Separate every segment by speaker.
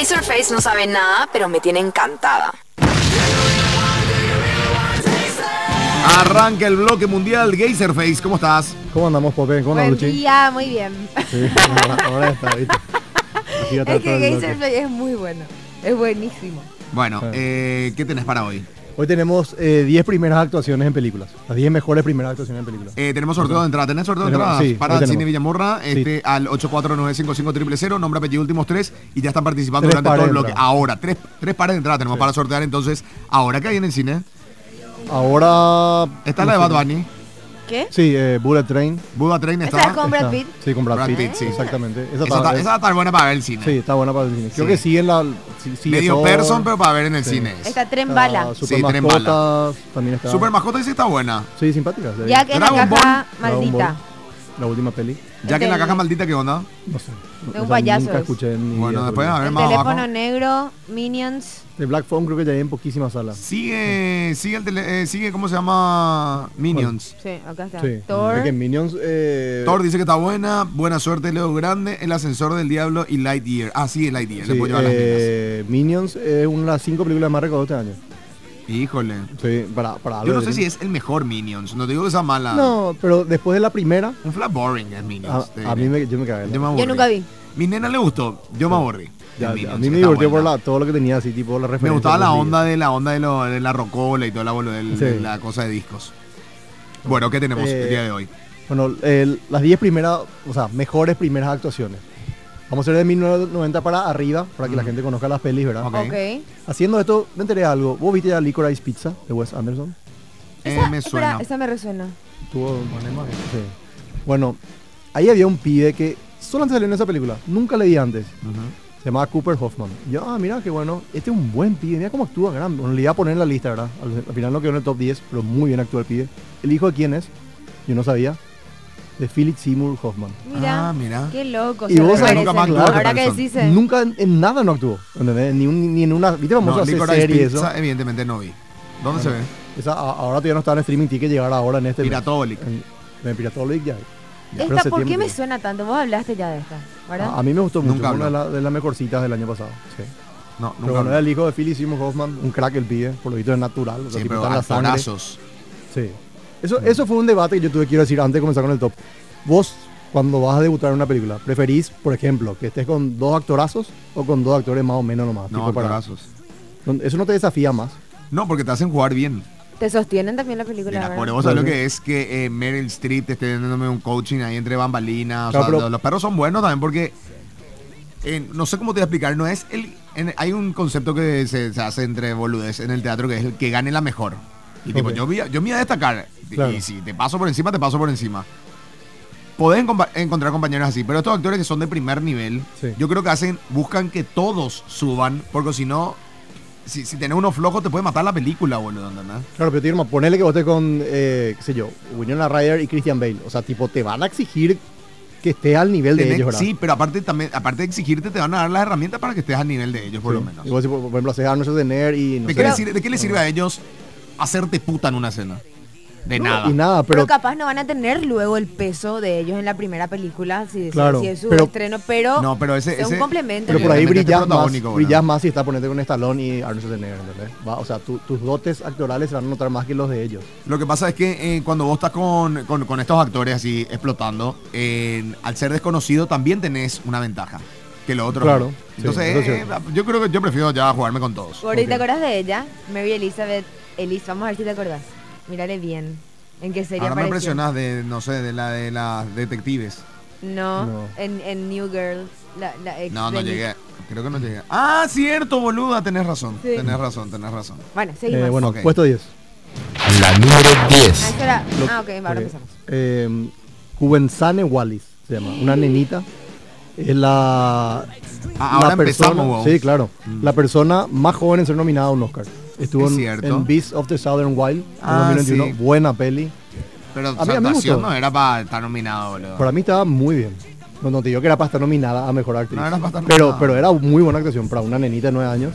Speaker 1: Taserface no sabe nada, pero me tiene encantada.
Speaker 2: Arranca el bloque mundial Geyserface. ¿Cómo estás?
Speaker 3: ¿Cómo andamos, Popé? ¿Cómo
Speaker 4: Buen
Speaker 3: andamos, Luchín?
Speaker 4: día, muy bien.
Speaker 3: Sí, ahora, ahora está, ¿viste? Aquí va a estar todo
Speaker 4: Es que
Speaker 3: el bloque.
Speaker 4: Geyser Play es muy bueno. Es buenísimo.
Speaker 2: Bueno,
Speaker 3: Ah.
Speaker 2: eh, ¿qué tenés para hoy?
Speaker 3: Hoy tenemos eh, 10 primeras actuaciones en películas. Las 10 mejores primeras actuaciones en películas.
Speaker 2: Eh, tenemos sorteo de entrada. ¿Tenés sorteo de
Speaker 3: Tenemos-
Speaker 2: entrada?
Speaker 3: sí,
Speaker 2: para
Speaker 3: hoy
Speaker 2: el Cine
Speaker 3: tenemos.
Speaker 2: Villamorra
Speaker 3: Sí.
Speaker 2: este, al 849-555-000, nombre, apellido, últimos tres, y ya están participando
Speaker 3: Tres
Speaker 2: durante todo
Speaker 3: pares
Speaker 2: el
Speaker 3: de
Speaker 2: bloque.
Speaker 3: entrada.
Speaker 2: Ahora, tres, tres pares de entrada tenemos para sortear. Entonces, ¿ahora qué hay en el cine?
Speaker 3: Ahora...
Speaker 2: Está la de Bad Bunny.
Speaker 4: ¿Qué?
Speaker 3: Sí, eh, Bullet Train.
Speaker 2: Buda Train
Speaker 4: Esa
Speaker 2: está.
Speaker 4: es con Brad
Speaker 3: Está-
Speaker 4: Pitt.
Speaker 3: Sí, con Brad,
Speaker 2: Brad
Speaker 3: Pitt.
Speaker 2: Pitt, sí.
Speaker 3: Exactamente.
Speaker 2: Esa
Speaker 3: Esa, está-
Speaker 2: está,
Speaker 3: es-
Speaker 2: esa está buena para ver el cine.
Speaker 3: Sí, está buena para el cine. Creo
Speaker 2: Sí.
Speaker 3: que sigue en la... sí- sigue
Speaker 2: Medio
Speaker 3: todo.
Speaker 2: person, pero para ver en el
Speaker 3: Sí.
Speaker 2: cine.
Speaker 4: Está Tren
Speaker 3: Está
Speaker 4: Bala.
Speaker 3: Super
Speaker 2: Sí, Tren Bala.
Speaker 3: Mascotas, También está...
Speaker 2: Super Mascota dice que está buena.
Speaker 3: Sí, simpática. se ve.
Speaker 4: Jack en la
Speaker 2: Dragon
Speaker 4: caja
Speaker 2: Ball,
Speaker 3: Dragon Ball,
Speaker 4: maldita.
Speaker 3: La última peli.
Speaker 2: Ya que en la
Speaker 4: Del-
Speaker 2: caja maldita, ¿qué onda?
Speaker 3: No sé.
Speaker 4: De
Speaker 3: esa
Speaker 4: un payaso
Speaker 3: Nunca
Speaker 4: es.
Speaker 3: escuché en mi
Speaker 2: Bueno,
Speaker 3: vida
Speaker 2: después
Speaker 3: todavía.
Speaker 2: a ver
Speaker 4: El
Speaker 2: más
Speaker 4: teléfono
Speaker 2: abajo.
Speaker 4: negro, Minions.
Speaker 3: De Black Phone creo que ya hay en poquísimas salas.
Speaker 2: Sigue, sigue, el tele- eh, sigue, ¿cómo se llama? Minions.
Speaker 4: Sí, acá está.
Speaker 3: Sí.
Speaker 4: Thor.
Speaker 3: Es que Minions... eh,
Speaker 2: Thor dice que está buena, buena suerte, Leo Grande, El Ascensor del Diablo y Lightyear. Ah, sí, Lightyear, le
Speaker 3: Sí,
Speaker 2: puedo llevar las
Speaker 3: eh, Minions es una de las cinco películas más recaudadas este año.
Speaker 2: minas. Híjole.
Speaker 3: Sí, para, para algo
Speaker 2: Yo no
Speaker 3: de
Speaker 2: sé si
Speaker 3: Disney.
Speaker 2: es el mejor Minions, no te digo que sea mala.
Speaker 3: No, pero después de la primera,
Speaker 2: Un flat boring es
Speaker 3: a,
Speaker 2: Minions. te
Speaker 3: a mí
Speaker 2: diré.
Speaker 3: me, yo me cagué.
Speaker 2: Yo me aburrí.
Speaker 4: Yo nunca vi.
Speaker 2: Mi nena le gustó, yo me aburrí. de
Speaker 3: Ya, a
Speaker 2: Minions,
Speaker 3: mí
Speaker 2: que
Speaker 3: me
Speaker 2: está
Speaker 3: divirtió por
Speaker 2: buena.
Speaker 3: la, todo lo que tenía así, tipo la referencia.
Speaker 2: Me gustaba
Speaker 3: de
Speaker 2: la
Speaker 3: los
Speaker 2: onda de la onda de, lo- de la rocola y toda la, bolu- del-
Speaker 3: Sí.
Speaker 2: de la cosa de discos. Bueno, ¿qué tenemos
Speaker 3: Eh,
Speaker 2: el día de hoy?
Speaker 3: niños. Bueno, el- las 10 primeras, o sea, mejores primeras actuaciones. Vamos a ser de 1990 para arriba, para que la gente conozca las pelis, ¿verdad?
Speaker 2: Mm. Ok.
Speaker 4: Ok.
Speaker 3: Haciendo esto, me enteré de algo. ¿Vos viste ya Licorice Pizza de Wes Anderson?
Speaker 2: Eh, me
Speaker 4: Espera,
Speaker 2: suena.
Speaker 4: esa me resuena.
Speaker 3: Tuvo un problema. Sí. Bueno, ahí había un pibe que solamente salió en esa película. Nunca leí antes.
Speaker 2: Ujú.
Speaker 3: Se llamaba Cooper Hoffman. Y Yo, ah, mira, qué bueno. Este es un buen pibe. Mira cómo actúa, gran. Bueno, le iba a poner en la lista, ¿verdad? Al, al final no quedó en el top 10, pero muy bien actúa el pibe. ¿El hijo de quién es? Yo no sabía. De Philip Seymour Hoffman.
Speaker 4: Mira.
Speaker 2: Ah, mira.
Speaker 4: Qué loco.
Speaker 3: Y
Speaker 4: se
Speaker 3: vos sabés-
Speaker 4: reparecen.
Speaker 2: Nunca más tuvo
Speaker 4: Ahora que
Speaker 2: reversión.
Speaker 4: decís. eh,
Speaker 3: Nunca en, en nada no actuó. ¿Entendés? Ni, un- ni en una. ¿Viste famosa
Speaker 2: No,
Speaker 3: hace
Speaker 2: Licorice
Speaker 3: serie eso?
Speaker 2: Pizza, evidentemente no vi.
Speaker 3: Ah,
Speaker 2: ¿Dónde se ve?
Speaker 3: Esa, a- ahora todavía no está en streaming, tiene que llegar ahora en este. mes.
Speaker 2: Piratolic.
Speaker 3: En, en Piratolic ya. Ya, pero
Speaker 4: Esta,
Speaker 3: hace
Speaker 4: ¿por qué
Speaker 3: tiempo. Ah,
Speaker 4: me suena tanto? Vos hablaste ya de esta, ¿verdad?
Speaker 3: A, a mí me gustó mucho.
Speaker 2: Nunca
Speaker 3: una de,
Speaker 2: habló.
Speaker 3: la- de las mejorcitas del año pasado. Sí.
Speaker 2: No,
Speaker 3: Pero
Speaker 2: nunca
Speaker 3: bueno, era
Speaker 2: vi.
Speaker 3: el hijo de Philip Seymour Hoffman, un crack el pibe, por lo visto es natural. O sea,
Speaker 2: Sí,
Speaker 3: tipo,
Speaker 2: pero
Speaker 3: está en la sangre.
Speaker 2: actorazos.
Speaker 3: Sí. Eso, eso fue un debate que yo tuve, quiero decir, antes de comenzar con el top. Vos, cuando vas a debutar en una película, ¿preferís, por ejemplo, que estés con dos actorazos o con dos actores más o menos nomás?
Speaker 2: No,
Speaker 3: Tipo, para-
Speaker 2: actorazos.
Speaker 3: no, Eso no te desafía más.
Speaker 2: No, porque te hacen jugar bien.
Speaker 4: Te sostienen también la
Speaker 2: De
Speaker 4: película,
Speaker 2: la
Speaker 4: ¿verdad?
Speaker 2: cuerda. Vos sabés lo
Speaker 3: Claro.
Speaker 2: que es que eh, Meryl Streep te esté dándome un coaching ahí entre bambalinas. o
Speaker 3: Claro,
Speaker 2: sea,
Speaker 3: pero-
Speaker 2: los perros son buenos también porque. eh, no sé cómo te voy a explicar. No es el. en- hay un concepto que se, se hace entre boludez en el teatro que es el que gane la mejor. Y tipo,
Speaker 3: Ok.
Speaker 2: yo, voy a- yo me voy a destacar.
Speaker 3: Claro.
Speaker 2: Y si te paso por encima, te paso por encima. Podés encompa- encontrar compañeros así, pero estos actores que son de primer nivel,
Speaker 3: Sí.
Speaker 2: yo creo que hacen, buscan que todos suban, porque si no, si, si tenés uno flojo, te puede matar la película, boludo, ¿entendés?
Speaker 3: Claro, pero Tirma, ponele que vos estés con, eh, qué sé yo, Winona Ryder y Christian Bale. O sea, tipo, te van a exigir que esté al nivel de
Speaker 2: Tenés-
Speaker 3: ellos, ¿verdad?
Speaker 2: Eh, sí, pero aparte también, aparte de exigirte, te van a dar las herramientas para que estés al nivel de ellos, por lo
Speaker 3: Sí.
Speaker 2: menos.
Speaker 3: Y vos, si, por por ejemplo, haces Arnold Schwarzenegger y no
Speaker 2: ¿De, qué le
Speaker 3: sé,
Speaker 4: Pero-
Speaker 2: sirve, de qué les sirve a ellos hacerte puta en una cena? De
Speaker 3: no,
Speaker 2: nada.
Speaker 3: Y nada,
Speaker 4: Pero,
Speaker 3: ah, pero,
Speaker 4: capaz no van a tener luego el peso de ellos en la primera película, si, si-
Speaker 3: Claro,
Speaker 4: si es su
Speaker 3: pero-
Speaker 4: estreno, pero,
Speaker 2: No, pero ese-
Speaker 4: es un
Speaker 2: ese-
Speaker 4: complemento.
Speaker 3: pero por ahí
Speaker 2: Realmente
Speaker 3: brillas más,
Speaker 2: protagónico,
Speaker 3: brillas
Speaker 2: ¿verdad?
Speaker 3: más si estás ponerte con Stallone y Arnold Schwarzenegger, ¿entendés? Va, o sea, tu- tus dotes actorales se van a notar más que los de ellos.
Speaker 2: Lo que pasa es que eh, cuando vos estás con, con- con estos actores así explotando, eh, al ser desconocido también tenés una ventaja que lo otro.
Speaker 3: Claro,
Speaker 2: no.
Speaker 3: sí,
Speaker 2: Entonces,
Speaker 3: eso es
Speaker 2: eh,
Speaker 3: cierto.
Speaker 2: yo creo que yo prefiero ya jugarme con todos.
Speaker 4: Gordy,
Speaker 3: Ok.
Speaker 4: ¿te acordás de ella? Mary Elizabeth Ellis, vamos a ver si te acordás. Mírale bien. ¿En qué serie
Speaker 2: Ahora me
Speaker 4: apareció?
Speaker 2: impresionás de, no sé, de la de las detectives.
Speaker 4: No,
Speaker 3: No.
Speaker 4: En, en New Girl, la, la ex
Speaker 2: No, no
Speaker 4: de Nick.
Speaker 2: llegué. Creo que no llegué. Ah, cierto, boluda, tenés razón.
Speaker 4: Sí.
Speaker 2: Tenés razón, tenés razón.
Speaker 4: Bueno,
Speaker 3: Eh,
Speaker 4: seguimos.
Speaker 3: bueno,
Speaker 2: Ok.
Speaker 3: puesto 10.
Speaker 5: La número
Speaker 4: Ah,
Speaker 5: 10.
Speaker 4: eso era-
Speaker 3: Lo-
Speaker 4: ah, ok, ahora
Speaker 3: ok.
Speaker 4: empezamos.
Speaker 3: Eh, Kubensane Wallis se llama, una nenita. Es la,
Speaker 2: Ah, ahora empezamos, wow.
Speaker 3: Sí, claro. La persona más joven en ser nominada a un Oscar. Estuvo
Speaker 2: Es
Speaker 3: en,
Speaker 2: cierto.
Speaker 3: en Beast of the Southern Wild en
Speaker 2: Ah,
Speaker 3: 2021.
Speaker 2: sí.
Speaker 3: Buena peli.
Speaker 2: Pero su
Speaker 3: mí- a mí me
Speaker 2: actuación
Speaker 3: gustó.
Speaker 2: no era para estar nominado, boludo.
Speaker 3: Para mí estaba muy bien. No, no te digo que era para estar nominada a mejor actriz.
Speaker 2: No, era para estar
Speaker 3: pero,
Speaker 2: nominada.
Speaker 3: pero era muy buena actuación para una nenita de 9 años.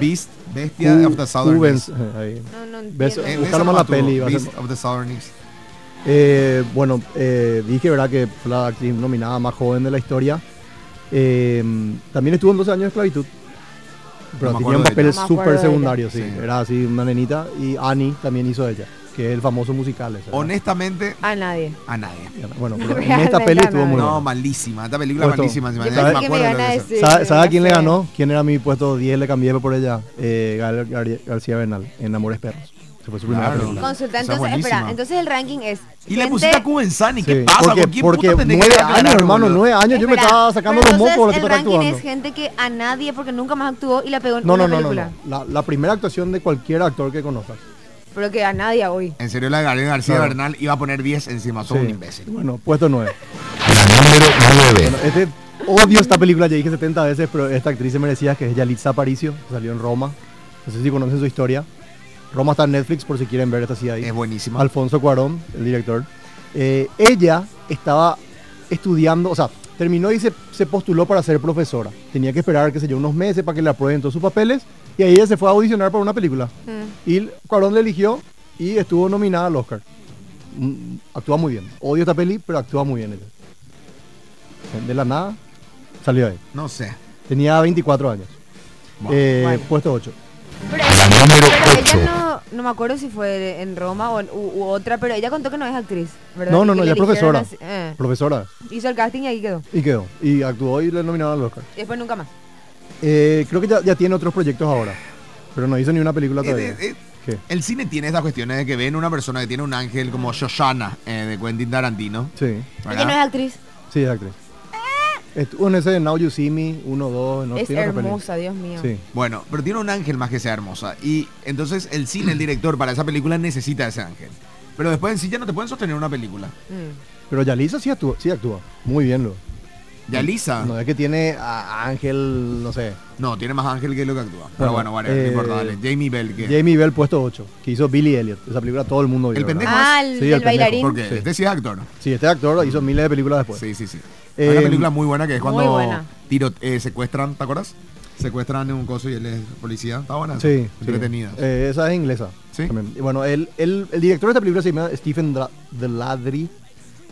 Speaker 2: Beast, Bestia
Speaker 3: Cu-
Speaker 2: of the Southern
Speaker 3: Cubens-
Speaker 2: East.
Speaker 3: eh, ahí.
Speaker 4: No, no
Speaker 3: Beso.
Speaker 4: entiendo.
Speaker 2: En
Speaker 3: Buscar
Speaker 2: esa
Speaker 3: más
Speaker 2: no
Speaker 3: la
Speaker 2: estuvo,
Speaker 3: peli, va a
Speaker 2: Beast
Speaker 3: ser-
Speaker 2: of the Southern East.
Speaker 3: Eh, bueno, eh, dije, ¿verdad? Que fue la actriz nominada más joven de la historia. Eh, también estuvo en 12 años de esclavitud. Pero
Speaker 2: No me
Speaker 3: tenía un
Speaker 2: acuerdo de
Speaker 3: papel
Speaker 4: ella. No me acuerdo de
Speaker 3: súper
Speaker 4: ella.
Speaker 3: secundario, sí.
Speaker 2: Sí.
Speaker 3: Era así una nenita. Y Annie también hizo ella, que es el famoso musical. ese, ¿verdad?
Speaker 2: Honestamente,
Speaker 4: A Ah, nadie.
Speaker 2: a nadie.
Speaker 3: Bueno, pero en
Speaker 4: Realmente
Speaker 3: esta peli
Speaker 4: a
Speaker 3: estuvo
Speaker 4: nadie.
Speaker 3: muy
Speaker 2: No,
Speaker 3: buena.
Speaker 2: malísima. Esta película
Speaker 3: Puesto.
Speaker 2: malísima. encima,
Speaker 4: Yo
Speaker 2: ni
Speaker 4: pensé
Speaker 2: me
Speaker 4: que
Speaker 2: acuerdo
Speaker 4: me
Speaker 2: lo
Speaker 4: iban a
Speaker 2: que hizo.
Speaker 4: decir.
Speaker 3: ¿Sabe, sabe a quién le
Speaker 4: no sé.
Speaker 3: ganó? ¿Quién era mi puesto 10? Le cambié por ella. Eh, Gael Gar- García Bernal, en Amores Perros. Se fue su primera
Speaker 2: Claro.
Speaker 3: película.
Speaker 4: Consulta,
Speaker 2: Esa
Speaker 4: entonces, espera,
Speaker 2: buenísima.
Speaker 4: entonces el ranking es.
Speaker 2: Y le
Speaker 4: gente-
Speaker 2: pusiste a Cubensani. ¿Qué
Speaker 3: Sí,
Speaker 2: pasa? ¿Con
Speaker 3: porque,
Speaker 2: quién
Speaker 3: porque
Speaker 2: puta tenés que
Speaker 3: nueve años,
Speaker 2: ganar,
Speaker 3: hermano,
Speaker 2: boludo?
Speaker 3: nueve años. Yo me
Speaker 4: Espera,
Speaker 3: estaba sacando
Speaker 4: pero
Speaker 3: los mocos por lo que
Speaker 4: entonces
Speaker 3: estaba
Speaker 4: El ranking
Speaker 3: actuando.
Speaker 4: es gente que a nadie, porque nunca más actuó y la pegó en
Speaker 3: No,
Speaker 4: una
Speaker 3: no, no, no,
Speaker 4: película.
Speaker 3: no. La, la primera actuación de cualquier actor que conozcas.
Speaker 4: Pero que a nadie hoy.
Speaker 2: En serio, la de Gabriel García
Speaker 3: Claro.
Speaker 2: Bernal iba a poner 10 encima. Son
Speaker 3: Sí.
Speaker 2: un imbécil.
Speaker 3: Bueno, puesto 9.
Speaker 5: La número 9.
Speaker 3: Este, odio esta película, ya dije 70 veces, pero esta actriz se merecía, que es Yalitza Aparicio, que salió en Roma. No sé si conocen su historia. Roma está en Netflix por si quieren ver esta ciudad ahí.
Speaker 2: Es buenísima.
Speaker 3: Alfonso Cuarón, el director. Eh, ella estaba estudiando, o sea, terminó y se, se postuló para ser profesora. Tenía que esperar, qué sé yo, unos meses para que le aprueben todos sus papeles. Y ahí ella se fue a audicionar para una película.
Speaker 4: Mm.
Speaker 3: Y el- Cuarón le eligió y estuvo nominada al Oscar. Mm, Actúa muy bien. Odio esta peli, pero actúa muy bien ella. De la nada, salió ahí.
Speaker 2: No sé.
Speaker 3: Tenía 24 años.
Speaker 2: Bueno.
Speaker 3: Eh,
Speaker 4: Bueno.
Speaker 3: Puesto 8.
Speaker 4: Pero,
Speaker 5: número
Speaker 4: pero
Speaker 5: ocho.
Speaker 4: ella no, no me acuerdo si fue en Roma o en- u, u otra, pero ella contó que no es actriz, ¿verdad?
Speaker 3: No, no,
Speaker 4: Y
Speaker 3: no,
Speaker 4: que
Speaker 3: ella es
Speaker 4: le eligieron
Speaker 3: profesora.
Speaker 4: así- eh.
Speaker 3: Profesora.
Speaker 4: hizo el casting y ahí quedó.
Speaker 3: Y quedó. Y actuó y le nominaron al Oscar.
Speaker 4: Y después nunca más.
Speaker 3: Eh, creo que ya, ya tiene otros proyectos ahora. Pero no hizo ni una película todavía.
Speaker 2: Eh, eh, eh,
Speaker 3: ¿Qué?
Speaker 2: El cine tiene estas cuestiones de que ven una persona que tiene un ángel como Shoshana eh, de Quentin Tarantino.
Speaker 3: Sí,
Speaker 4: Ella no es
Speaker 2: ¿verdad?
Speaker 4: actriz.
Speaker 3: sí, es actriz. Estuvo en ese de Now You See Me, 1, 2, no
Speaker 4: es
Speaker 3: tiene otra peli.
Speaker 4: hermosa, Dios mío.
Speaker 3: Sí.
Speaker 2: Bueno, pero tiene un ángel más que sea hermosa. Y entonces el cine, el director para esa película necesita ese ángel. Pero después en sí ya no te pueden sostener una película.
Speaker 4: Mm.
Speaker 3: Pero Yalisa sí actúa, sí actúa. Muy bien, lo.
Speaker 2: Ya Lisa.
Speaker 3: No es que tiene a Ángel, no sé.
Speaker 2: No, tiene más ángel que lo que actúa. Pero bueno,
Speaker 3: Bueno,
Speaker 2: vale,
Speaker 3: eh,
Speaker 2: no importa, dale. Jamie Bell, que
Speaker 3: Jamie Bell puesto 8, que hizo Billy Elliot. Esa película todo el mundo vio.
Speaker 2: El
Speaker 3: ¿verdad?
Speaker 2: pendejo.
Speaker 4: Ah, el,
Speaker 3: Sí,
Speaker 4: del
Speaker 3: el pendejo,
Speaker 4: bailarín.
Speaker 2: Porque
Speaker 3: Sí.
Speaker 2: este sí es actor.
Speaker 3: Sí, este actor hizo miles de películas después.
Speaker 2: Sí, sí, sí.
Speaker 3: Eh,
Speaker 2: Hay una película muy buena que es
Speaker 4: muy
Speaker 2: cuando
Speaker 4: buena.
Speaker 2: tiro, eh, secuestran, ¿te acuerdas? Secuestran en un coso y él es policía. Está buena. esa?
Speaker 3: Sí, sí.
Speaker 2: Entretenida.
Speaker 3: Eh, esa es inglesa.
Speaker 2: Sí.
Speaker 3: También. Y bueno, el, el- el director de esta película se llama Stephen Dra- Deladry.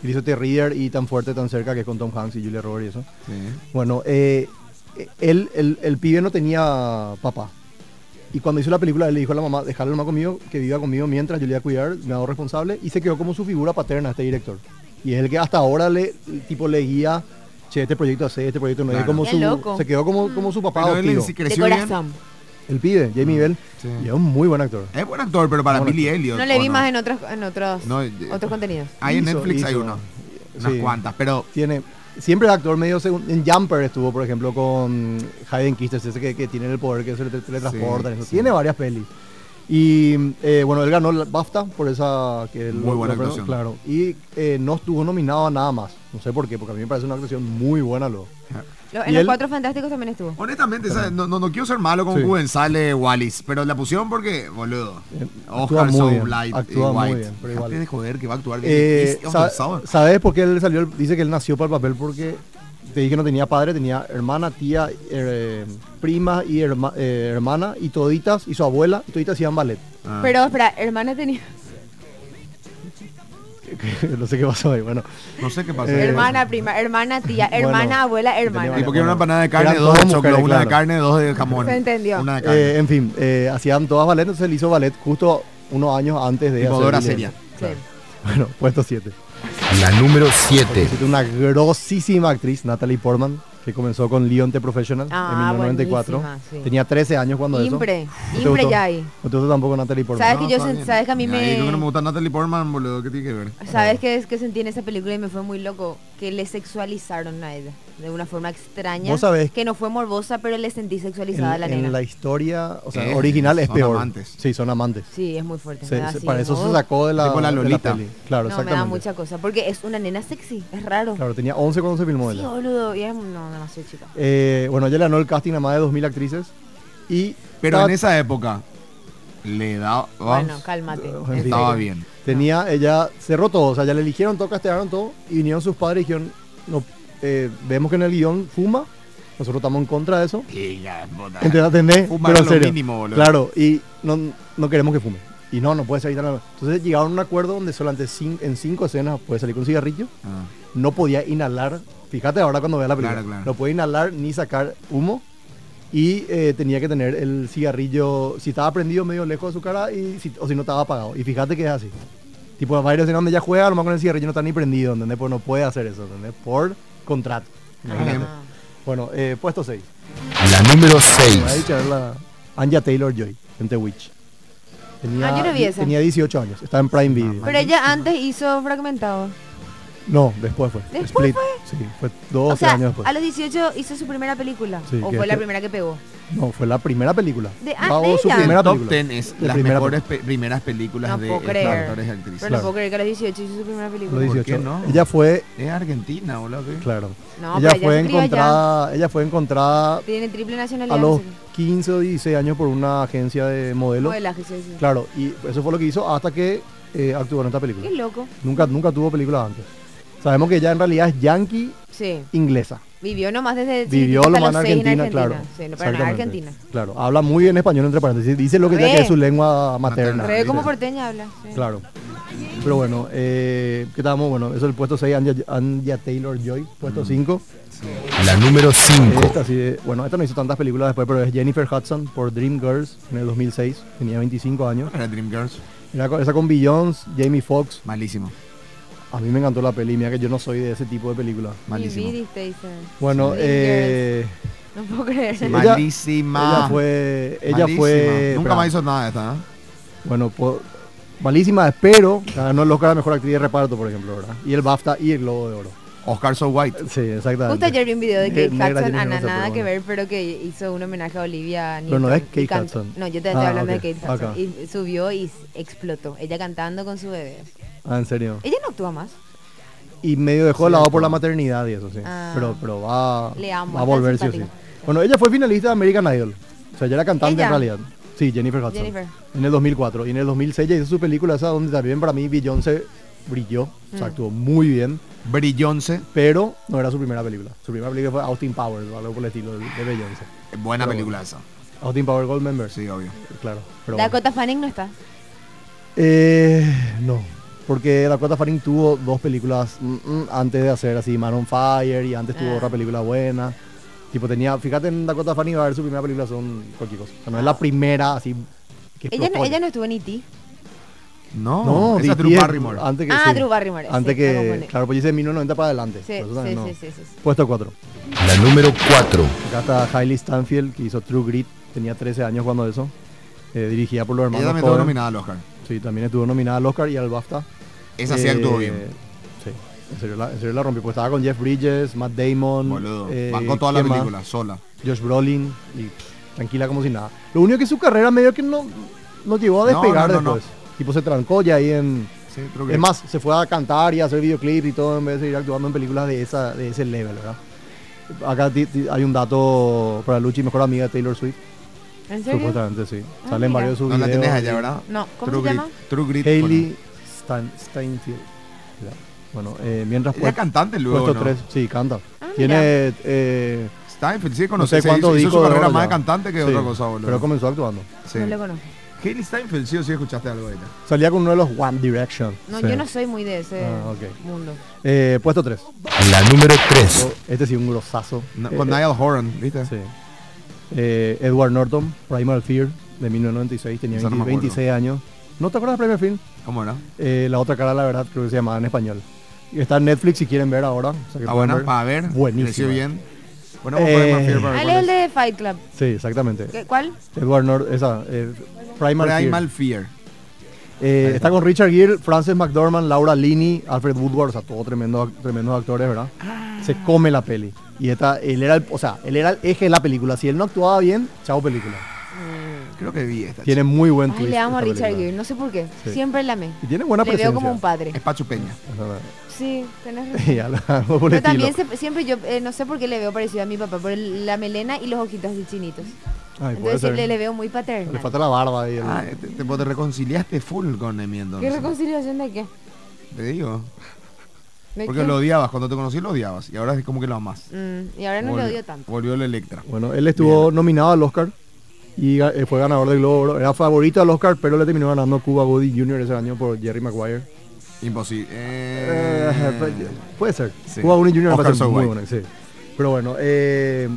Speaker 3: Y hizo Terrier y Tan Fuerte, Tan Cerca, que es con Tom Hanks y Julia Roberts y eso.
Speaker 2: Sí.
Speaker 3: Bueno, eh, él, el, el pibe no tenía papá. Y cuando hizo la película, él le dijo a la mamá, dejarle mamá conmigo, que viva conmigo mientras yo le voy a cuidar, me hago responsable. Y se quedó como su figura paterna este director. Y es el que hasta ahora le, tipo, le guía, che, este proyecto hace, este proyecto no. Y es
Speaker 2: Claro.
Speaker 3: como
Speaker 4: Qué
Speaker 3: su,
Speaker 4: loco.
Speaker 3: Se quedó como, como su papá
Speaker 2: Pero él
Speaker 3: adoptivo.
Speaker 2: sí
Speaker 4: De
Speaker 2: creció bien.
Speaker 4: corazón.
Speaker 3: El pibe, Jamie Bell.
Speaker 2: Ah, sí.
Speaker 3: Y es un muy buen actor.
Speaker 2: Es buen actor, pero para
Speaker 3: Buen
Speaker 2: Billy Elliot.
Speaker 4: No le
Speaker 2: ¿o
Speaker 4: vi más en otros, en otros,
Speaker 2: No, eh,
Speaker 4: otros contenidos.
Speaker 2: Ahí en
Speaker 3: Hizo,
Speaker 2: Netflix hay
Speaker 3: hizo.
Speaker 2: uno. Unas
Speaker 3: Sí.
Speaker 2: cuantas, pero
Speaker 3: Tiene... Siempre el actor medio segun- en Jumper estuvo, por ejemplo, con Hayden Christensen, ese que, que tiene el poder que se le te- teletransporta.
Speaker 2: Sí,
Speaker 3: eso.
Speaker 2: sí.
Speaker 3: Tiene varias pelis. Y eh, bueno, él ganó el BAFTA por esa... Que él-
Speaker 2: Muy buena
Speaker 3: lo- lo-
Speaker 2: actuación.
Speaker 3: Claro. Y eh, no estuvo nominado a nada más. No sé por qué, porque a mí me parece una actuación muy buena. Lo.
Speaker 4: Lo-
Speaker 3: y
Speaker 4: en los
Speaker 3: él-
Speaker 4: cuatro fantásticos también estuvo.
Speaker 2: honestamente, ¿sabes? no, no, no quiero ser malo con
Speaker 3: Sí.
Speaker 2: Cubensale Wallis, pero la pusieron porque, boludo.
Speaker 3: Eh, actúa
Speaker 2: Oscar
Speaker 3: muy bien,
Speaker 2: Soulblight y
Speaker 3: actúa muy
Speaker 2: White.
Speaker 3: bien, pero
Speaker 2: Déjate
Speaker 3: igual.
Speaker 2: de joder que va a actuar bien.
Speaker 3: Eh,
Speaker 2: Es
Speaker 3: sa-
Speaker 2: autorizado.
Speaker 3: ¿Sabes por qué él salió? el- Dice que él nació para el papel porque te dije que no tenía padre, tenía hermana, tía, eh, prima y herma- eh, hermana y toditas y su abuela y toditas hacían ballet.
Speaker 2: Ah.
Speaker 4: Pero espera, hermana tenía.
Speaker 3: no sé qué pasó ahí, bueno.
Speaker 2: no sé qué pasa.
Speaker 3: Eh,
Speaker 4: hermana, prima, hermana, tía, hermana,
Speaker 3: Bueno,
Speaker 4: abuela,
Speaker 3: tenía
Speaker 4: hermana.
Speaker 2: Y porque era
Speaker 3: Bueno,
Speaker 2: una empanada de carne,
Speaker 3: eran
Speaker 2: dos de
Speaker 3: todas
Speaker 2: choclo,
Speaker 3: mujeres,
Speaker 2: una de
Speaker 3: claro.
Speaker 2: carne, dos de jamón.
Speaker 4: Se entendió.
Speaker 2: Una de carne.
Speaker 3: Eh, en fin, eh, hacían todas ballet, entonces él hizo ballet justo unos años antes de...
Speaker 2: Tipo
Speaker 3: hacer
Speaker 2: Dora
Speaker 3: Lilian.
Speaker 2: Seria.
Speaker 4: Sí.
Speaker 3: Bueno, puesto 7.
Speaker 5: La número 7.
Speaker 3: Existe una grosísima actriz, Natalie Portman, que comenzó con Leon the Professional
Speaker 4: Ah,
Speaker 3: en 1994.
Speaker 4: buenísima, sí.
Speaker 3: Tenía 13 años cuando eso.
Speaker 4: Impre,
Speaker 3: ¿No te
Speaker 4: impre
Speaker 3: gustó?
Speaker 4: ya ahí.
Speaker 3: No te gustó tampoco Natalie Portman.
Speaker 4: ¿Sabes que yo
Speaker 2: está
Speaker 4: sen-
Speaker 2: bien.
Speaker 4: sabes que a mí
Speaker 2: Y
Speaker 4: me-
Speaker 2: ahí creo que no me gusta Natalie Portman, boludo. ¿Qué tiene que ver?
Speaker 4: ¿Sabes qué es que sentí en esa película y me fue muy loco? Que le sexualizaron a ella de una forma extraña.
Speaker 3: Vos sabés-
Speaker 4: Que no fue morbosa, pero le sentí
Speaker 3: en,
Speaker 4: sexualizada a la
Speaker 3: en
Speaker 4: nena.
Speaker 3: la historia, o sea,
Speaker 2: Eh,
Speaker 3: original es
Speaker 2: son
Speaker 3: peor.
Speaker 2: amantes.
Speaker 3: Sí, son amantes.
Speaker 4: Sí, es muy fuerte.
Speaker 3: Se-
Speaker 4: me da
Speaker 3: se-
Speaker 4: así,
Speaker 3: para eso
Speaker 4: ¿no?
Speaker 3: se sacó de la,
Speaker 2: Tipo la
Speaker 3: de
Speaker 2: Lolita.
Speaker 3: peli. Claro,
Speaker 4: no, me
Speaker 3: exactamente.
Speaker 4: da mucha cosa. Porque es una nena sexy, es raro.
Speaker 3: Claro, tenía 11 cuando se filmó
Speaker 4: sí,
Speaker 3: ella.
Speaker 4: boludo. Y era, no, no, no soy chica.
Speaker 3: Eh, bueno, ella le ganó el casting a más de 2000 actrices y
Speaker 2: Pero
Speaker 3: ta-
Speaker 2: en esa época le daba.
Speaker 4: Bueno, cálmate.
Speaker 3: en
Speaker 4: en
Speaker 3: fin.
Speaker 4: serio.
Speaker 2: Estaba bien.
Speaker 3: tenía ella cerró todo, o sea, ya le eligieron todo, castearon todo y vinieron sus padres y dijeron, no, eh, vemos que en el guión fuma, nosotros estamos en contra de eso.
Speaker 2: Hija de puta.
Speaker 3: ¿Entendés? ¿Entendés?
Speaker 2: Fumar a
Speaker 3: Pero en
Speaker 2: lo
Speaker 3: serio.
Speaker 2: mínimo, boludo.
Speaker 3: Claro, y no, no queremos que fume. Y no, no puede salir tan... Entonces llegaron a un acuerdo donde solamente cin- en cinco escenas puede salir con cigarrillo.
Speaker 2: Ah.
Speaker 3: no podía inhalar Fíjate ahora cuando veas la película.
Speaker 2: Claro, claro.
Speaker 3: No puede inhalar ni sacar humo. Y eh, tenía que tener el cigarrillo, si estaba prendido medio lejos de su cara y si- o si no estaba apagado. Y fíjate que es así. Tipo, va a ir a escena donde ya juega, a lo mejor con el cigarrillo no está ni prendido, ¿entendés? Pues no puede hacer eso, ¿entendés? Por contrato. Imagínate.
Speaker 2: bien.
Speaker 3: Bueno, eh, puesto 6.
Speaker 5: La número
Speaker 3: Ahí
Speaker 5: 6.
Speaker 3: que la Anja Taylor Joy en The Witch. Tenía,
Speaker 4: Ah, yo no vi
Speaker 3: di-
Speaker 4: esa.
Speaker 3: tenía 18 años, estaba en Prime Video.
Speaker 4: Pero ella antes hizo fragmentado.
Speaker 3: No, después fue.
Speaker 4: ¿Después
Speaker 3: Sí, fue 12
Speaker 4: O sea,
Speaker 3: años
Speaker 4: a
Speaker 3: después.
Speaker 4: los 18 hizo su primera película.
Speaker 3: Sí,
Speaker 4: o
Speaker 3: que-
Speaker 4: fue la
Speaker 3: que-
Speaker 4: primera que pegó.
Speaker 3: No, fue la primera película.
Speaker 4: De- ah,
Speaker 3: Pagó
Speaker 4: de
Speaker 3: su
Speaker 4: ella.
Speaker 2: El
Speaker 3: primera
Speaker 2: top
Speaker 3: película.
Speaker 2: ten es
Speaker 3: De
Speaker 2: las
Speaker 3: primera
Speaker 2: mejores pe- primeras películas
Speaker 4: No
Speaker 2: de
Speaker 4: puedo
Speaker 2: estos
Speaker 4: creer.
Speaker 2: actores y actrices.
Speaker 4: Pero
Speaker 3: Claro.
Speaker 4: no puedo creer que a los 18 hizo su primera
Speaker 3: Lo
Speaker 4: película.
Speaker 2: dice-
Speaker 3: 18.
Speaker 2: qué no?
Speaker 3: Ella fue,
Speaker 2: Es Argentina, boludo. ¿qué?
Speaker 3: claro.
Speaker 4: No,
Speaker 3: ella
Speaker 4: pero ella
Speaker 3: fue
Speaker 4: se crió allá.
Speaker 3: encontrada, ella fue encontrada
Speaker 4: Tiene triple nacionalidad.
Speaker 3: a
Speaker 4: no
Speaker 3: los
Speaker 4: sé qué.
Speaker 3: 15 o 16 años por una agencia de modelos.
Speaker 4: Modelaje, sí, sí.
Speaker 3: Claro, y eso fue lo que hizo hasta que eh, actuó en esta película.
Speaker 4: Qué loco.
Speaker 3: Nunca, nunca tuvo películas antes. Sabemos que ella en realidad es yankee
Speaker 4: Sí.
Speaker 3: inglesa.
Speaker 4: Vivió nomás desde
Speaker 3: Vivió
Speaker 4: chiquitita
Speaker 3: lo
Speaker 4: hasta
Speaker 3: más en
Speaker 4: los seis
Speaker 3: Argentina, claro.
Speaker 4: Sí, no, para nada
Speaker 3: Exactamente.
Speaker 4: Argentina.
Speaker 3: Claro, habla muy bien español entre paréntesis. Dice lo que
Speaker 4: Re.
Speaker 3: ya que es su lengua materna.
Speaker 4: Re como
Speaker 3: ¿viste?
Speaker 4: porteña habla. sí.
Speaker 3: Claro. Pero bueno, eh, ¿qué estábamos? Bueno, eso es el puesto 6, Anja, Anja Taylor-Joy,
Speaker 2: Mm.
Speaker 3: puesto 5.
Speaker 5: La número 5.
Speaker 3: Esta sí, de- bueno, esta no hizo tantas películas después, pero es Jennifer Hudson por Dream Girls en el 2006. Tenía 25 años.
Speaker 2: Era Dreamgirls.
Speaker 3: Era con- esa con Beyoncé, Jamie Foxx.
Speaker 2: Malísimo.
Speaker 3: A mí me encantó la peli, mira que yo no soy de ese tipo de películas.
Speaker 2: Malísimo.
Speaker 4: Y viviste, dice.
Speaker 3: Bueno,
Speaker 4: Dream
Speaker 3: eh,
Speaker 4: No puedo creer.
Speaker 3: Sí. Ella-
Speaker 2: Malísima.
Speaker 3: ella fue... Ella fue...
Speaker 2: Malísima. Nunca
Speaker 3: espera.
Speaker 2: más hizo nada de esta, ¿eh? ¿no?
Speaker 3: Bueno, po- malísima, espero. Ganó el Oscar a Mejor Actriz de Reparto, por ejemplo, ¿verdad? Y el BAFTA y el Globo de Oro.
Speaker 2: Oscar So White.
Speaker 3: Sí, exactamente.
Speaker 4: Justo ayer vi un video de Kate
Speaker 3: Eh, negra
Speaker 4: Hudson,
Speaker 3: tiene
Speaker 4: a
Speaker 3: que
Speaker 4: na-
Speaker 3: ser,
Speaker 4: nada
Speaker 3: pero
Speaker 4: que
Speaker 3: bueno.
Speaker 4: ver, pero que hizo un homenaje a Olivia
Speaker 3: Pero
Speaker 4: Newton.
Speaker 3: no es Kate
Speaker 4: y cantó.
Speaker 3: Hudson.
Speaker 4: No, yo te estoy
Speaker 3: Ah,
Speaker 4: hablando
Speaker 3: ok,
Speaker 4: de Kate Hudson.
Speaker 3: acá.
Speaker 4: Y subió y s- explotó. Ella cantando con su bebé.
Speaker 3: Ah, en serio.
Speaker 4: Ella no actúa más.
Speaker 3: Y medio dejó de lado por la maternidad y eso, sí.
Speaker 4: Ah.
Speaker 3: Pero, pero va,
Speaker 4: Le amo,
Speaker 3: va a
Speaker 4: tan
Speaker 3: volver, sí o sí.
Speaker 4: simpática.
Speaker 3: Bueno, ella fue finalista de American Idol. O sea, ella era cantante en
Speaker 4: ¿Ella?
Speaker 3: realidad. Sí, Jennifer Hudson.
Speaker 4: Jennifer.
Speaker 3: En el 2004. Y en el 2006 ella hizo su película esa donde también para mí Beyoncé brilló. O
Speaker 4: Mm.
Speaker 3: sea, actuó muy bien.
Speaker 2: Brillonce.
Speaker 3: Pero no era su primera película. Su primera película fue Austin Powers o algo por el estilo de, de Beyoncé.
Speaker 2: Buena
Speaker 3: Pero
Speaker 2: película esa.
Speaker 3: Austin Powers Gold Member, sí.
Speaker 2: Sí, obvio.
Speaker 3: Claro. pero bueno.
Speaker 4: Dakota Fanning no está.
Speaker 3: Eh, no, porque Dakota Fanning tuvo dos películas mm, mm, antes de hacer así Man on Fire y antes tuvo
Speaker 4: Ah.
Speaker 3: otra película buena. Tipo tenía, fíjate en Dakota Fanning va a ver su primera película son cualquier cosa. O sea, no es la primera así que
Speaker 4: Ella no,
Speaker 3: explotó.
Speaker 4: ella no estuvo en E E.T.
Speaker 2: No,
Speaker 3: no,
Speaker 2: esa es Drew
Speaker 3: DT,
Speaker 2: Barrymore.
Speaker 3: Antes que
Speaker 4: Ah,
Speaker 3: sí.
Speaker 4: Drew Barrymore,
Speaker 3: Antes
Speaker 4: sí, me
Speaker 3: que
Speaker 4: confundí.
Speaker 3: claro, pues dice 1990 para adelante.
Speaker 4: Sí,
Speaker 3: por eso
Speaker 4: sí,
Speaker 3: no.
Speaker 4: sí, sí, sí, sí.
Speaker 3: Puesto 4.
Speaker 5: La número 4.
Speaker 3: Acá está Hailey Stanfield que hizo True Grit, tenía 13 años cuando eso. Eh, dirigida por los
Speaker 2: Ella
Speaker 3: hermanos
Speaker 2: también estuvo
Speaker 3: Coen.
Speaker 2: nominada al Oscar.
Speaker 3: Sí, también estuvo nominada al Oscar y al BAFTA. Eh,
Speaker 2: Esa sí actuó bien.
Speaker 3: Sí, en serio, la, en serio la rompió. Pues estaba con Jeff Bridges, Matt Damon.
Speaker 2: Boludo.
Speaker 3: eh,
Speaker 2: Bancó toda la
Speaker 3: ¿quién más?
Speaker 2: película, sola.
Speaker 3: Josh Brolin y pff, tranquila como si nada. Lo único que su carrera medio que no, no llegó a
Speaker 2: No,
Speaker 3: despegar
Speaker 2: no, no, no.
Speaker 3: después. Tipo se trancó ya ahí en...
Speaker 2: Sí, creo que-
Speaker 3: Es más, se fue a cantar y a hacer videoclips y todo en vez de seguir actuando en películas de, esa, de ese level, ¿verdad? Acá ti- ti- hay un dato para Luchi, mejor amiga de Taylor Swift.
Speaker 4: ¿En serio?
Speaker 3: Supuestamente, sí.
Speaker 4: Ah,
Speaker 3: Salen
Speaker 4: mira.
Speaker 3: varios de sus
Speaker 2: No la
Speaker 3: videos
Speaker 2: tenés
Speaker 3: y-
Speaker 2: allá, ¿verdad?
Speaker 4: No, ¿cómo
Speaker 2: True
Speaker 4: se
Speaker 2: Grit.
Speaker 4: llama?
Speaker 2: True Grit.
Speaker 3: Hailey Stan- Steinfeld. Mira, Bueno, eh, mientras
Speaker 2: Ella es cantante luego,
Speaker 3: Puesto
Speaker 2: ¿no?
Speaker 3: 3, sí, canta.
Speaker 4: Ah,
Speaker 3: Tiene, eh,
Speaker 2: Steinfeld, sí,
Speaker 3: no
Speaker 2: conocí.
Speaker 3: sé cuántos
Speaker 2: hizo, hizo
Speaker 3: discos.
Speaker 2: su
Speaker 3: de
Speaker 2: carrera
Speaker 3: oro
Speaker 2: más
Speaker 3: ya.
Speaker 2: de cantante que de
Speaker 3: Sí,
Speaker 2: otra cosa, boludo.
Speaker 3: Pero comenzó actuando.
Speaker 2: Sí.
Speaker 4: No lo conozco.
Speaker 2: Hailey Steinfeld, sí o sí escuchaste algo de ella.
Speaker 3: Salía con uno de los One Direction.
Speaker 4: No,
Speaker 3: Sí.
Speaker 4: yo no soy muy de ese
Speaker 3: Ah, ok.
Speaker 4: mundo.
Speaker 3: Eh, puesto 3.
Speaker 5: La número 3.
Speaker 3: Este sí, un grosazo.
Speaker 2: No,
Speaker 3: Eh,
Speaker 2: con
Speaker 3: eh,
Speaker 2: Niall Horan, ¿viste?
Speaker 3: sí. Eh, Edward Norton, Primal Fear, de 1996. Tenía
Speaker 2: Esa no me
Speaker 3: 20 26 años. ¿No te acuerdas de Primal Fear?
Speaker 2: ¿Cómo era?
Speaker 3: Eh, la otra cara, de la verdad, creo que se llamaba en español. Y Está en Netflix si quieren ver ahora. o sea que
Speaker 2: Ah,
Speaker 3: pueden
Speaker 2: bueno,
Speaker 3: ver.
Speaker 2: para ver.
Speaker 3: Buenísima.
Speaker 2: Creció bien. Bueno, vamos a poner
Speaker 3: Eh,
Speaker 2: más fiel para ver
Speaker 4: Ah, él
Speaker 2: cuál
Speaker 4: es el
Speaker 2: es.
Speaker 4: de Fight Club.
Speaker 3: Sí, exactamente.
Speaker 4: ¿Qué- ¿Cuál?
Speaker 3: Edward Norton, esa, eh, Primal, Fear.
Speaker 2: Primal Fear.
Speaker 3: Eh, está con Richard Gere, Frances McDormand, Laura Linney, Alfred Woodward, o sea, todos tremendos, tremendos actores, ¿verdad? Se come la peli. Y esta, él era el, o sea, él era el eje de la película. Si él no actuaba bien, chao película.
Speaker 2: Creo que vi esta.
Speaker 3: Tiene muy buen
Speaker 4: Ay,
Speaker 3: twist.
Speaker 4: le amo a
Speaker 3: esta
Speaker 4: Richard
Speaker 3: película.
Speaker 4: Gere, no sé por qué.
Speaker 3: Sí.
Speaker 4: Siempre la amé.
Speaker 3: Y tiene buena
Speaker 4: le
Speaker 3: presencia.
Speaker 4: veo como un padre.
Speaker 2: Es Pachu Peña.
Speaker 4: Sí, tenés razón.
Speaker 3: Y algo- algo por el
Speaker 4: Pero también
Speaker 3: estilo.
Speaker 4: se- siempre yo, eh, no sé por qué le veo parecido a mi papá, por el- la melena y los ojitos así chinitos.
Speaker 3: Ay, puede
Speaker 4: Entonces
Speaker 3: ser.
Speaker 4: le, le veo muy paternal.
Speaker 3: Le falta la barba ahí. el-
Speaker 2: Ah, te, te- vos te reconciliaste full con Emi
Speaker 4: ¿Qué
Speaker 2: entonces.
Speaker 4: reconciliación de qué?
Speaker 2: Te digo.
Speaker 4: ¿De
Speaker 2: Porque
Speaker 4: qué?
Speaker 2: lo odiabas. Cuando te conocí lo odiabas. Y ahora es como que lo amas.
Speaker 4: Mm, y ahora no
Speaker 2: Volvió-
Speaker 4: le odio tanto.
Speaker 2: Volvió la Electra.
Speaker 3: Bueno, él estuvo nominado al Oscar y ga- eh, fue ganador del Globo de Oro. Era favorito al Oscar, pero le terminó ganando Cuba Gooding Jr. ese año por Jerry Maguire.
Speaker 2: Imposible.
Speaker 3: Eh, pues,
Speaker 2: Eh,
Speaker 3: puede ser.
Speaker 2: sí.
Speaker 3: Cuba Gooding Jr.
Speaker 2: Oscar
Speaker 3: va a ser muy
Speaker 2: Soguay.
Speaker 3: bueno, sí. Pero bueno, eh,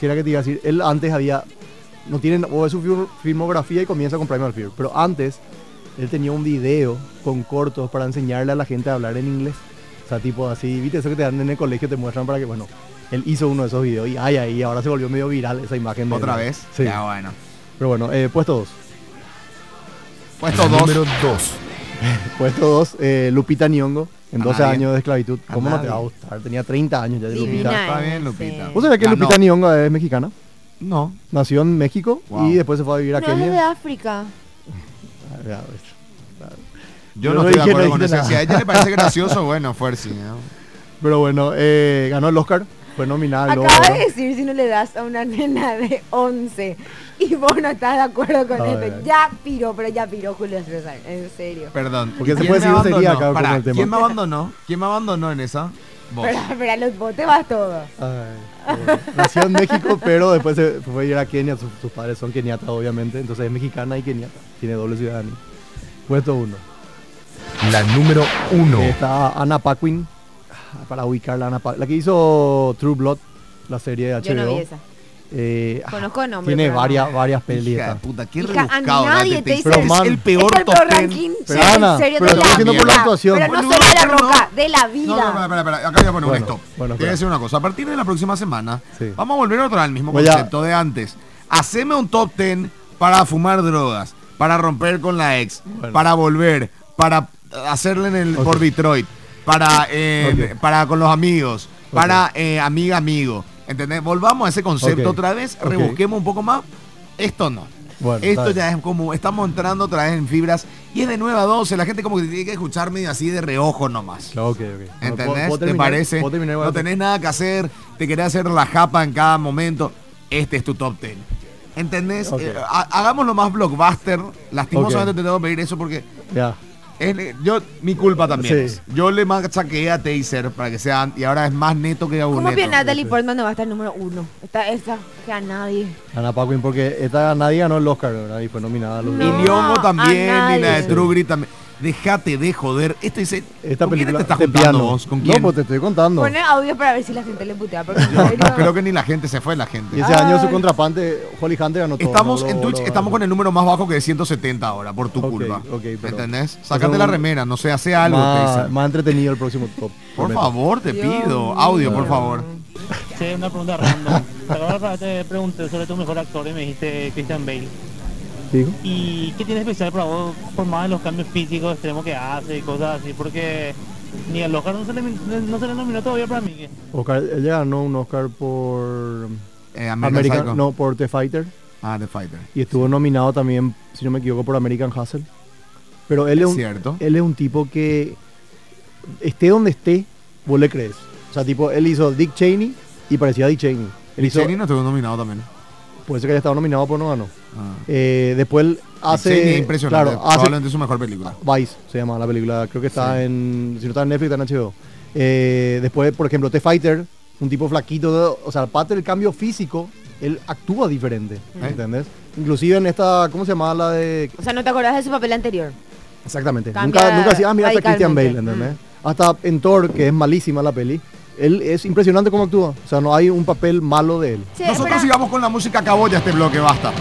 Speaker 3: ¿qué era que te iba a decir? Él antes había. No tienen. O es su fil- filmografía y comienza con Primal Fear. Pero antes, él tenía un video con cortos para enseñarle a la gente a hablar en inglés. O sea, tipo así, ¿viste? Eso que te dan en el colegio, te muestran para que. Bueno, él hizo uno de esos videos y ay, ay, ahora se volvió medio viral esa imagen. de
Speaker 2: ¿Otra
Speaker 3: él.
Speaker 2: vez?
Speaker 3: Sí.
Speaker 2: Ya, bueno.
Speaker 3: Pero bueno, eh, puesto dos.
Speaker 2: Puesto
Speaker 5: La
Speaker 2: dos.
Speaker 5: número 2.
Speaker 3: Puesto dos, eh, Lupita Nyongo, en
Speaker 2: A
Speaker 3: 12
Speaker 2: Ah, nadie.
Speaker 3: años de esclavitud.
Speaker 2: A
Speaker 3: ¿Cómo no te
Speaker 2: nadie.
Speaker 3: va a gustar? Tenía 30 años ya de Lupita.
Speaker 4: Divina.
Speaker 2: Está bien,
Speaker 4: Sí.
Speaker 2: Lupita.
Speaker 3: ¿Vos sabés que
Speaker 2: Ganó.
Speaker 3: Lupita Nyong'o es mexicana?
Speaker 2: No.
Speaker 3: Nació en México
Speaker 2: Wow.
Speaker 3: y después se fue a vivir a
Speaker 4: No, es de
Speaker 3: Kenia.
Speaker 4: África.
Speaker 3: Ah, ya, pues.
Speaker 2: Yo
Speaker 3: Yo
Speaker 2: no,
Speaker 3: no
Speaker 2: estoy de
Speaker 3: dije, no
Speaker 2: acuerdo con
Speaker 3: dije
Speaker 2: eso.
Speaker 3: nada.
Speaker 2: Si a ella le parece gracioso, bueno, fuerza. ¿no?
Speaker 3: Pero bueno, eh, ganó el Oscar, fue nominada. al Globo
Speaker 4: Acaba
Speaker 3: de
Speaker 4: de
Speaker 3: Oro.
Speaker 4: decir si no le das a una nena de 11 y vos no estás de acuerdo con
Speaker 3: Ay,
Speaker 4: esto.
Speaker 3: ay.
Speaker 4: Ya piró, pero ya piró Julio César, en serio.
Speaker 2: Perdón.
Speaker 3: Porque se
Speaker 2: ¿Quién
Speaker 3: puede
Speaker 2: me
Speaker 3: decir grosería
Speaker 2: abandonó?
Speaker 3: acá con
Speaker 2: Pará,
Speaker 3: el tema.
Speaker 2: ¿Quién me abandonó? ¿Quién me abandonó en esa? Vos.
Speaker 4: Pero, pero a los botes vas todo.
Speaker 3: Ay, pero bueno. Nació en México, pero después se fue a vivir a Kenia. Sus, sus padres son keniatas, obviamente. Entonces es mexicana y keniata. Tiene doble ciudadanía. Puesto uno. Eh,
Speaker 5: La número 1.
Speaker 3: Está Ana Paquin. Ah, Para ubicarla, Ana Paquin. La que hizo True Blood, la serie de HBO.
Speaker 4: Yo no vi esa.
Speaker 3: Eh, ah,
Speaker 4: Conozco el nombre.
Speaker 3: Tiene
Speaker 4: pero no.
Speaker 3: varias, varias pelis.
Speaker 2: Hija de
Speaker 3: esta.
Speaker 2: puta, qué
Speaker 4: Hija, a
Speaker 2: rebuscado.
Speaker 4: nadie
Speaker 2: ¿verdad?
Speaker 4: te
Speaker 2: Este
Speaker 4: dice-
Speaker 2: es
Speaker 3: Pero,
Speaker 2: el
Speaker 3: man,
Speaker 2: peor
Speaker 4: es el
Speaker 2: top
Speaker 4: peor
Speaker 2: ten.
Speaker 4: ranking
Speaker 3: Pero,
Speaker 4: en
Speaker 3: Ana,
Speaker 4: serio
Speaker 3: pero
Speaker 4: de
Speaker 2: lo
Speaker 4: la
Speaker 2: estoy haciendo
Speaker 4: vida.
Speaker 2: por la
Speaker 3: actuación.
Speaker 4: Pero no
Speaker 2: Boludo,
Speaker 4: solo de la
Speaker 2: pero no.
Speaker 4: roca, de la
Speaker 2: No, no, espera,
Speaker 4: vida.
Speaker 2: espera, espera, acá voy a poner
Speaker 3: Bueno,
Speaker 2: un stop.
Speaker 3: bueno,
Speaker 2: Te voy
Speaker 3: espera.
Speaker 2: a decir una cosa. A partir de la próxima semana,
Speaker 3: Sí.
Speaker 2: vamos a volver otra vez al mismo
Speaker 3: Voy a-
Speaker 2: concepto de antes. Haceme un top 10 para fumar drogas, para romper con la ex,
Speaker 3: Bueno.
Speaker 2: para volver, para hacerle en el
Speaker 3: Ok.
Speaker 2: por Detroit, para, eh,
Speaker 3: Ok.
Speaker 2: para con los amigos,
Speaker 3: Ok.
Speaker 2: para eh, amiga, amigo. ¿Entendés? Volvamos a ese concepto
Speaker 3: Ok.
Speaker 2: otra vez,
Speaker 3: Ok.
Speaker 2: rebusquemos un poco más. Esto no.
Speaker 3: Bueno,
Speaker 2: Esto ya
Speaker 3: está
Speaker 2: es como, estamos entrando otra vez en fibras y es de 9 a 12, la gente como que tiene que escuchar medio así de reojo nomás.
Speaker 3: Claro, ok, ok. Bueno, ¿puedo-
Speaker 2: ¿Entendés?
Speaker 3: puedo
Speaker 2: ¿Te
Speaker 3: terminar?
Speaker 2: parece?
Speaker 3: ¿Puedo terminar?
Speaker 2: No tenés nada que hacer, te querés hacer la japa en cada momento. Este es tu top 10. ¿Entendés?
Speaker 3: Ok.
Speaker 2: Eh, ha- hagámoslo más blockbuster. Lastimosamente
Speaker 3: Ok.
Speaker 2: te tengo que pedir eso porque
Speaker 3: Ya.
Speaker 2: es, eh, yo, mi culpa también.
Speaker 3: Sí.
Speaker 2: es. Yo le machaqué a Taser para que sea, y ahora es más neto que
Speaker 4: ¿Cómo
Speaker 2: aburrido.
Speaker 4: que Natalie Portman no va a estar número uno? Está esa que a nadie.
Speaker 3: Ana Paquin, porque esta nadie ganó el Oscar, ¿verdad? Y fue nominada a los
Speaker 4: No.
Speaker 2: Y Liongo
Speaker 4: a
Speaker 2: también, y la de
Speaker 4: nadie.
Speaker 2: True Grit también. Dejate de joder. Esto dice,
Speaker 3: Esta
Speaker 2: ¿con quién
Speaker 3: película
Speaker 2: te estás
Speaker 3: este
Speaker 2: juntando
Speaker 3: piano.
Speaker 2: vos? ¿Con
Speaker 3: No,
Speaker 2: quién?
Speaker 3: pues te estoy contando.
Speaker 4: Pone audio para ver si la gente le putea. Porque
Speaker 2: No, Ah, creo que ni la gente se fue, la gente.
Speaker 3: Y ese año su
Speaker 4: Ay.
Speaker 3: contrapante, Holly Hunter, ganó todo.
Speaker 2: Estamos
Speaker 3: no,
Speaker 2: en
Speaker 3: no,
Speaker 2: Twitch,
Speaker 3: no,
Speaker 2: estamos
Speaker 3: no.
Speaker 2: con el número más bajo que de 170 ahora, por tu
Speaker 3: Ok,
Speaker 2: culpa.
Speaker 3: ok, pero-
Speaker 2: ¿Entendés?
Speaker 3: Eso
Speaker 2: Sácate
Speaker 3: es
Speaker 2: la
Speaker 3: un-
Speaker 2: remera, no sé, hace algo.
Speaker 3: Más,
Speaker 2: Taser.
Speaker 3: más entretenido el próximo top.
Speaker 2: por
Speaker 3: prometo.
Speaker 2: favor, te pido. Audio, por favor.
Speaker 6: Sí, una pregunta random. Te acordás para te pregunté sobre tu mejor actor y me dijiste Christian Bale.
Speaker 3: Digo,
Speaker 6: ¿Y qué tiene especial para vos por más de los cambios físicos extremos que hace y cosas así? Porque ni al Oscar no se le, no se le nominó todavía para mí. que-
Speaker 3: Oscar, ella ganó un Oscar por
Speaker 2: Eh, American Psycho.
Speaker 3: American, no, por The Fighter.
Speaker 2: Ah, The Fighter.
Speaker 3: Y estuvo nominado también, si no me equivoco, por American Hustle. Pero él es,
Speaker 2: Es
Speaker 3: un,
Speaker 2: cierto.
Speaker 3: él es un tipo que esté donde esté, vos le crees. O sea, tipo, él hizo Dick Cheney y parecía Dick Cheney. Él hizo,
Speaker 2: Cheney no estuvo nominado también.
Speaker 3: Puede ser que haya estado nominado, pero no ganó.
Speaker 2: Ah.
Speaker 3: Eh, después él hace.
Speaker 2: Cheney es impresionante.
Speaker 3: Claro, hace
Speaker 2: probablemente su mejor película.
Speaker 3: Vice, se llama la película. Creo que está en. Si no está en Netflix, está en HBO. Eh, después, por ejemplo, T-Fighter, un tipo flaquito. O sea, aparte del cambio físico, él actúa diferente. ¿Entendés? Inclusive en esta. ¿Cómo se llamaba la de.?
Speaker 4: O sea, no te acordás de su papel anterior.
Speaker 3: Exactamente.
Speaker 4: Cambia
Speaker 3: Nunca, nunca decía, ah, mira, está Christian Bale,
Speaker 4: radicalmente. Mm.
Speaker 3: ¿entendés? Hasta en Thor, que es malísima la peli, él es impresionante cómo actúa. O sea, no hay un papel malo de él.
Speaker 4: Che,
Speaker 2: Nosotros
Speaker 4: pero-
Speaker 2: sigamos con la música caboya este bloque, basta.